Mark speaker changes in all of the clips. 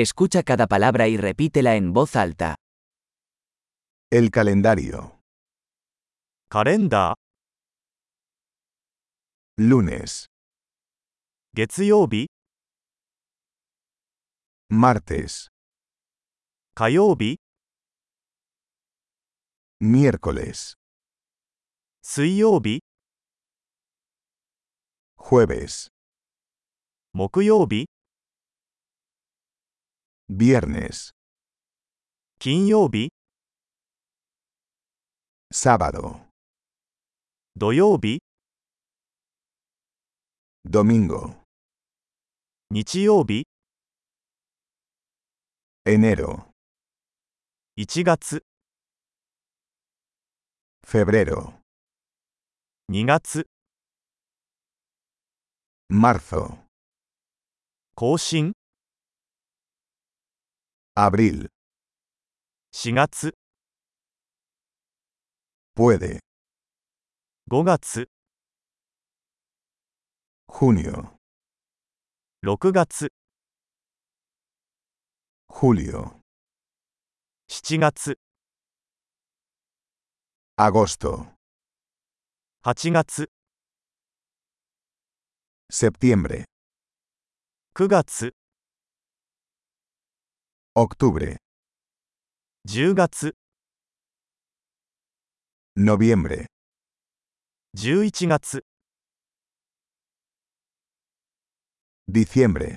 Speaker 1: Escucha cada palabra y repítela en voz alta.
Speaker 2: El calendario.
Speaker 3: カレンダー、
Speaker 2: Lunes,
Speaker 3: 月曜日、
Speaker 2: martes,
Speaker 3: 火曜日、
Speaker 2: miércoles,
Speaker 3: 水曜日、
Speaker 2: jueves,
Speaker 3: 木曜日、
Speaker 2: viernes,
Speaker 3: 金曜日、
Speaker 2: sábado,
Speaker 3: 土曜日、
Speaker 2: domingo,
Speaker 3: 日曜日、
Speaker 2: enero,
Speaker 3: 1月、
Speaker 2: febrero,
Speaker 3: 2月、
Speaker 2: marzo,
Speaker 3: 更新、
Speaker 2: abril,
Speaker 3: 4月、
Speaker 2: puede,
Speaker 3: 5月、
Speaker 2: junio,
Speaker 3: 6月、
Speaker 2: julio,
Speaker 3: 7月、
Speaker 2: agosto,
Speaker 3: 8月、
Speaker 2: septiembre,
Speaker 3: 9月、
Speaker 2: octubre,
Speaker 3: 10月、
Speaker 2: noviembre,
Speaker 3: 11月、
Speaker 2: diciembre,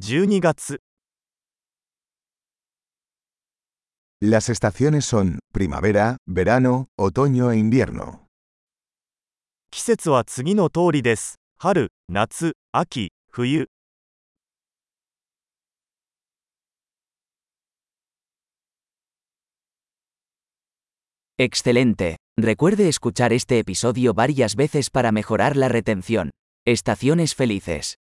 Speaker 3: 12月、
Speaker 2: Las estaciones son primavera, verano, otoño e invierno.
Speaker 3: 季節は次の通りです。春、夏、秋、冬。
Speaker 1: Excelente. Recuerde escuchar este episodio varias veces para mejorar la retención. Estaciones felices.